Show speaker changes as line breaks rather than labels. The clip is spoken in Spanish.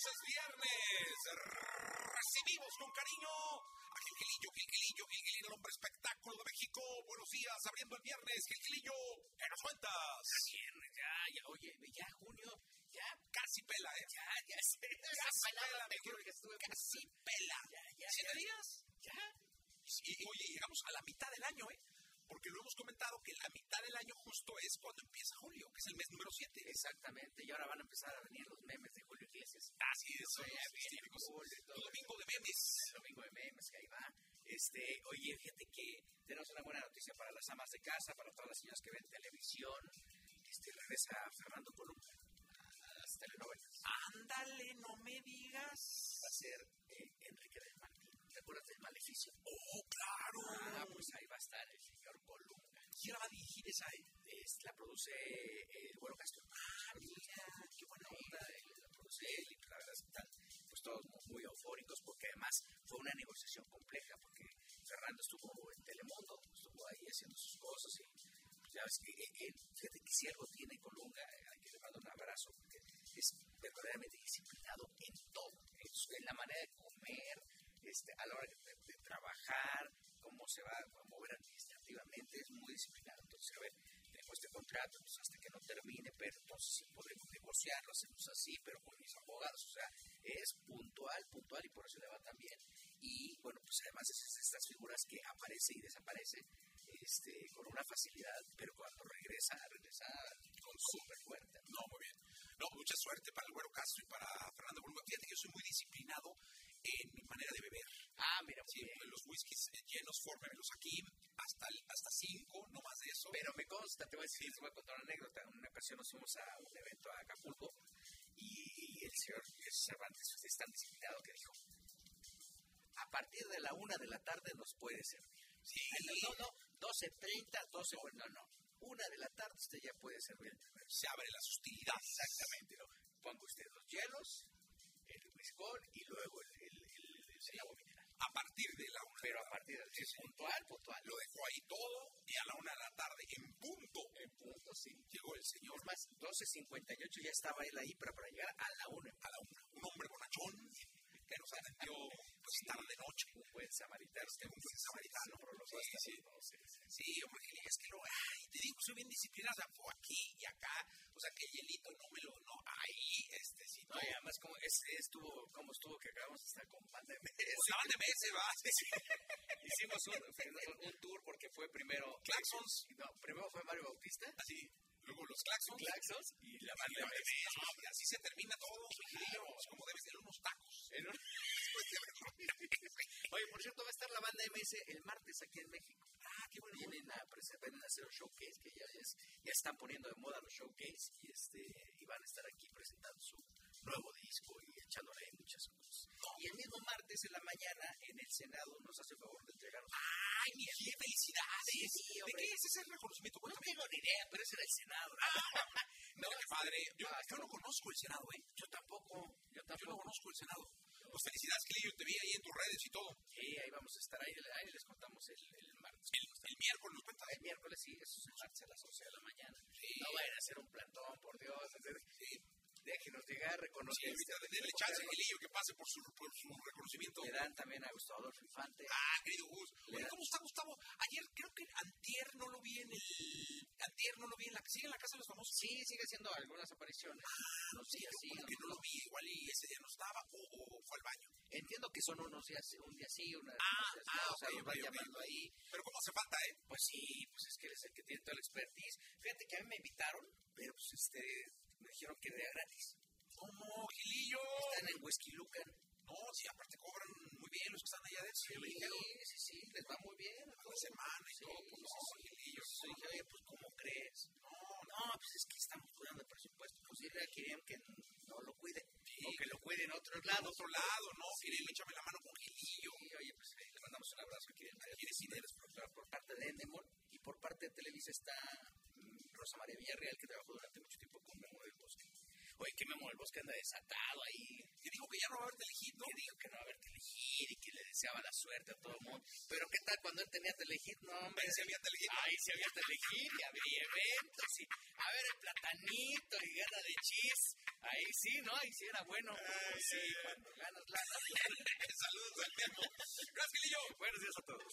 viernes. Recibimos con cariño a Gilgilillo, Gilgilillo, Gilgilillo, el hombre espectáculo de México. Buenos días, abriendo el viernes. Gilgilillo, ¿qué nos cuentas?
Viernes, ya, ya, oye, ya junio, ya,
Casi pela, ¿eh?
ya, ya sé.
Ya
Esa
se
palabra
pela,
te
me
juro
juro.
que estuve
Casi pela.
Ya, ya,
¿Siete
ya.
días?
Ya,
Y, y, oye, llegamos a la mitad del año, ¿eh? Porque lo hemos comentado que la mitad del año justo es cuando empieza julio, que es el mes número 7.
exactamente. Y ahora van a empezar a venir los memes de Julio Iglesias.
Así es, son
Sí,
los
viene
típicos.
julio y todo
El domingo de memes.
el domingo de memes que ahí va. Este, oye, fíjate que tenemos una buena noticia para las amas de casa, para todas las señoras que ven televisión. Este, regresa Fernando Colunga a las telenovelas.
Ándale, no me digas.
Va a ser eh, Enrique del Martín. ¿Te acuerdas del Maleficio?
Oh, claro.
Ah, pues ahí va a estar el señor Colunga.
¿Quién la va a dirigir esa? eh?
Es- la produce eh, el bueno Castro. Ah, mira, qué buena onda. eh, La produce él y la verdad es que están pues, todos mu- muy eufóricos porque además fue una negociación compleja porque Fernando estuvo en Telemundo, estuvo ahí haciendo sus cosas y pues, ya ves que eh, él, fíjate que si algo tiene Colunga, eh, a quien le mando un abrazo porque es verdaderamente disciplinado en todo, en, su- en la manera de comer, este, a la hora de, de trabajar, cómo se va a mover administrativamente, es muy disciplinado. Entonces, a ver, tengo este contrato, pues hasta que no termine, pero entonces sí podremos negociarlo, hacemos así, pero con mis abogados. O sea, es puntual, puntual y por eso le va tan bien. Y bueno, pues además es de estas figuras que aparece y desaparece este, con una facilidad, pero cuando regresa, regresa con súper fuerte.
No, muy bien. No, mucha suerte para el Güero Castro y para Fernando Bruno. Fíjate que yo soy muy disciplinado en mi manera de beber.
Ah, mira, muy
Sí,
bien.
los whiskies eh, llenos, fórmelos aquí hasta, el- hasta cinco, no más de eso.
Pero me consta, te voy a decir, te voy a contar una anécdota. En una ocasión nos fuimos a un evento a Acapulco y el señor Cervantes pues, es tan disciplinado que dijo, a partir de la una de la tarde nos puede servir.
Sí,
No, no, no, 12.30, 12, bueno, no, una de la tarde usted ya puede servir el primer.
se abre las hostilidades.
Exactamente, ¿no? Ponga usted los hielos, el whisky y luego el, el, el- el- el agua mineral.
A partir de la una.
Pero a partir de
Sí, sí.
puntual, puntual.
Lo dejó ahí todo y a la una de la tarde, en punto,
En punto, sí.
llegó el señor
Es más, 12.58 ya estaba él ahí, pero para llegar a la 1,
a la una. Un hombre bonachón que nos atendió pues, tarde noche.
un buen samaritano,
Este, un buen samaritano. Sí, sí. Sí, hombre, Angelina, es que lo, ay, te digo, soy bien disciplinada, fue aquí y acá, o sea, que el hielito no me lo, no, ahí, este, sí,
No, y además, como es, estuvo, como estuvo que acabamos de estar con banda de
pues, daban de meses, va, sí, sí,
Hicimos un, un tour porque fue primero.
Claxons.
No, primero fue Mario Bautista,
así, luego los claxons,
Claxons Ah, y
y
la banda
la
de
bebé, no, y así se termina todo, Angelina, pues, como debe ser unos tacos.
En un- Oye, por cierto, va a estar la banda MS el martes aquí en México. Ah, qué bueno. Vienen a, prese- vienen a hacer los showcase, que ya, es, ya están poniendo de moda los showcase, y, este, y van a estar aquí presentando su nuevo disco y echándole ahí muchas cosas. Y el mismo martes en la mañana, en el Senado, nos hace el favor de entregarnos.
Ay, mi Angelina, felicidades,
Sí, sí,
¿de
hombre.
qué es ese reconocimiento?
No
Cuéntame.
tengo ni idea, pero es en el Senado.
No, qué padre, yo,
Ah,
yo no conozco el Senado, ¿eh?
Yo tampoco,
Yo
yo
no
tampoco.
conozco el Senado. Pues felicidades, que yo te vi ahí en tus redes y todo.
Sí, ahí vamos a estar, ahí, ahí les contamos el, el martes.
El, el miércoles nos cuenta, eh.
El miércoles sí, eso es el martes a las 11 de la mañana. No vayan a hacer un plantón, por Dios. entonces, Déjenos llegar,
Sí,
reconocer.
ahorita, denle chance a Angelillo que pase por su, por su reconocimiento.
Le dan también a Gustavo Adolfo Infante.
Ah, querido Gus.
Le
Oye,
da-
¿cómo está Gustavo? Ayer creo que antier no lo vi en el... Antier no lo vi en la... ¿Sigue en la Casa de los Famosos?
Sí, sigue haciendo algunas apariciones. No, sí,
Yo
así.
como que no lo vi igual y ese día no estaba o, o fue al baño.
Entiendo que son unos días, un día sí, una
Ah,
unos días
ah,
no, o sea,
ok,
los van
ok, ok.
llamando ahí.
Pero ¿cómo hace falta, eh?
Pues sí, pues es que él es el que tiene todo el expertise. Fíjate que a mí me invitaron, pero pues este, me dijeron que era gratis.
¿Cómo, Gilillo?
Está en el Whisky Lucan.
No, sí, aparte cobran muy bien los que están allá adentro. Sí, me dijeron,
sí, sí, les va muy bien. a
a la
todos.
semana y
Sí,
todo, pues no,
sí, sí.
Gilillo.
Yo dije, oye, pues ¿cómo crees? No, no, pues es que estamos durando el presupuesto. Pues dile a Kirem que no lo cuide. O que lo cuide en otros
Al
lados.
otro lado, no, Gilillo, échame la mano con Gilillo.
Y, oye, pues le le mandamos un abrazo a Kirem. Kirem Cineros, productora por parte de Endemol y por parte de Televisa está mm, Rosa María Villarreal, que trabajó durante mucho tiempo con Memo del Bosque. Oye, que Memo del Bosque anda desatado ahí.
Que dijo que ya no va a haber telegito.
Que dijo que no va a haber que elegir y que le des deseaba la suerte a todo el mundo. Pero ¿qué tal cuando él tenía Telehit? No, hombre.
Ahí sí había Telehit.
Ay, si había Telehit, y había eventos, y a ver el platanito y gana de chis. Ahí sí, ¿no? Ahí sí era bueno. sí, cuando ganas lana.
Saludos al Memo. Gracias, Gilillo.
Buenos días a todos.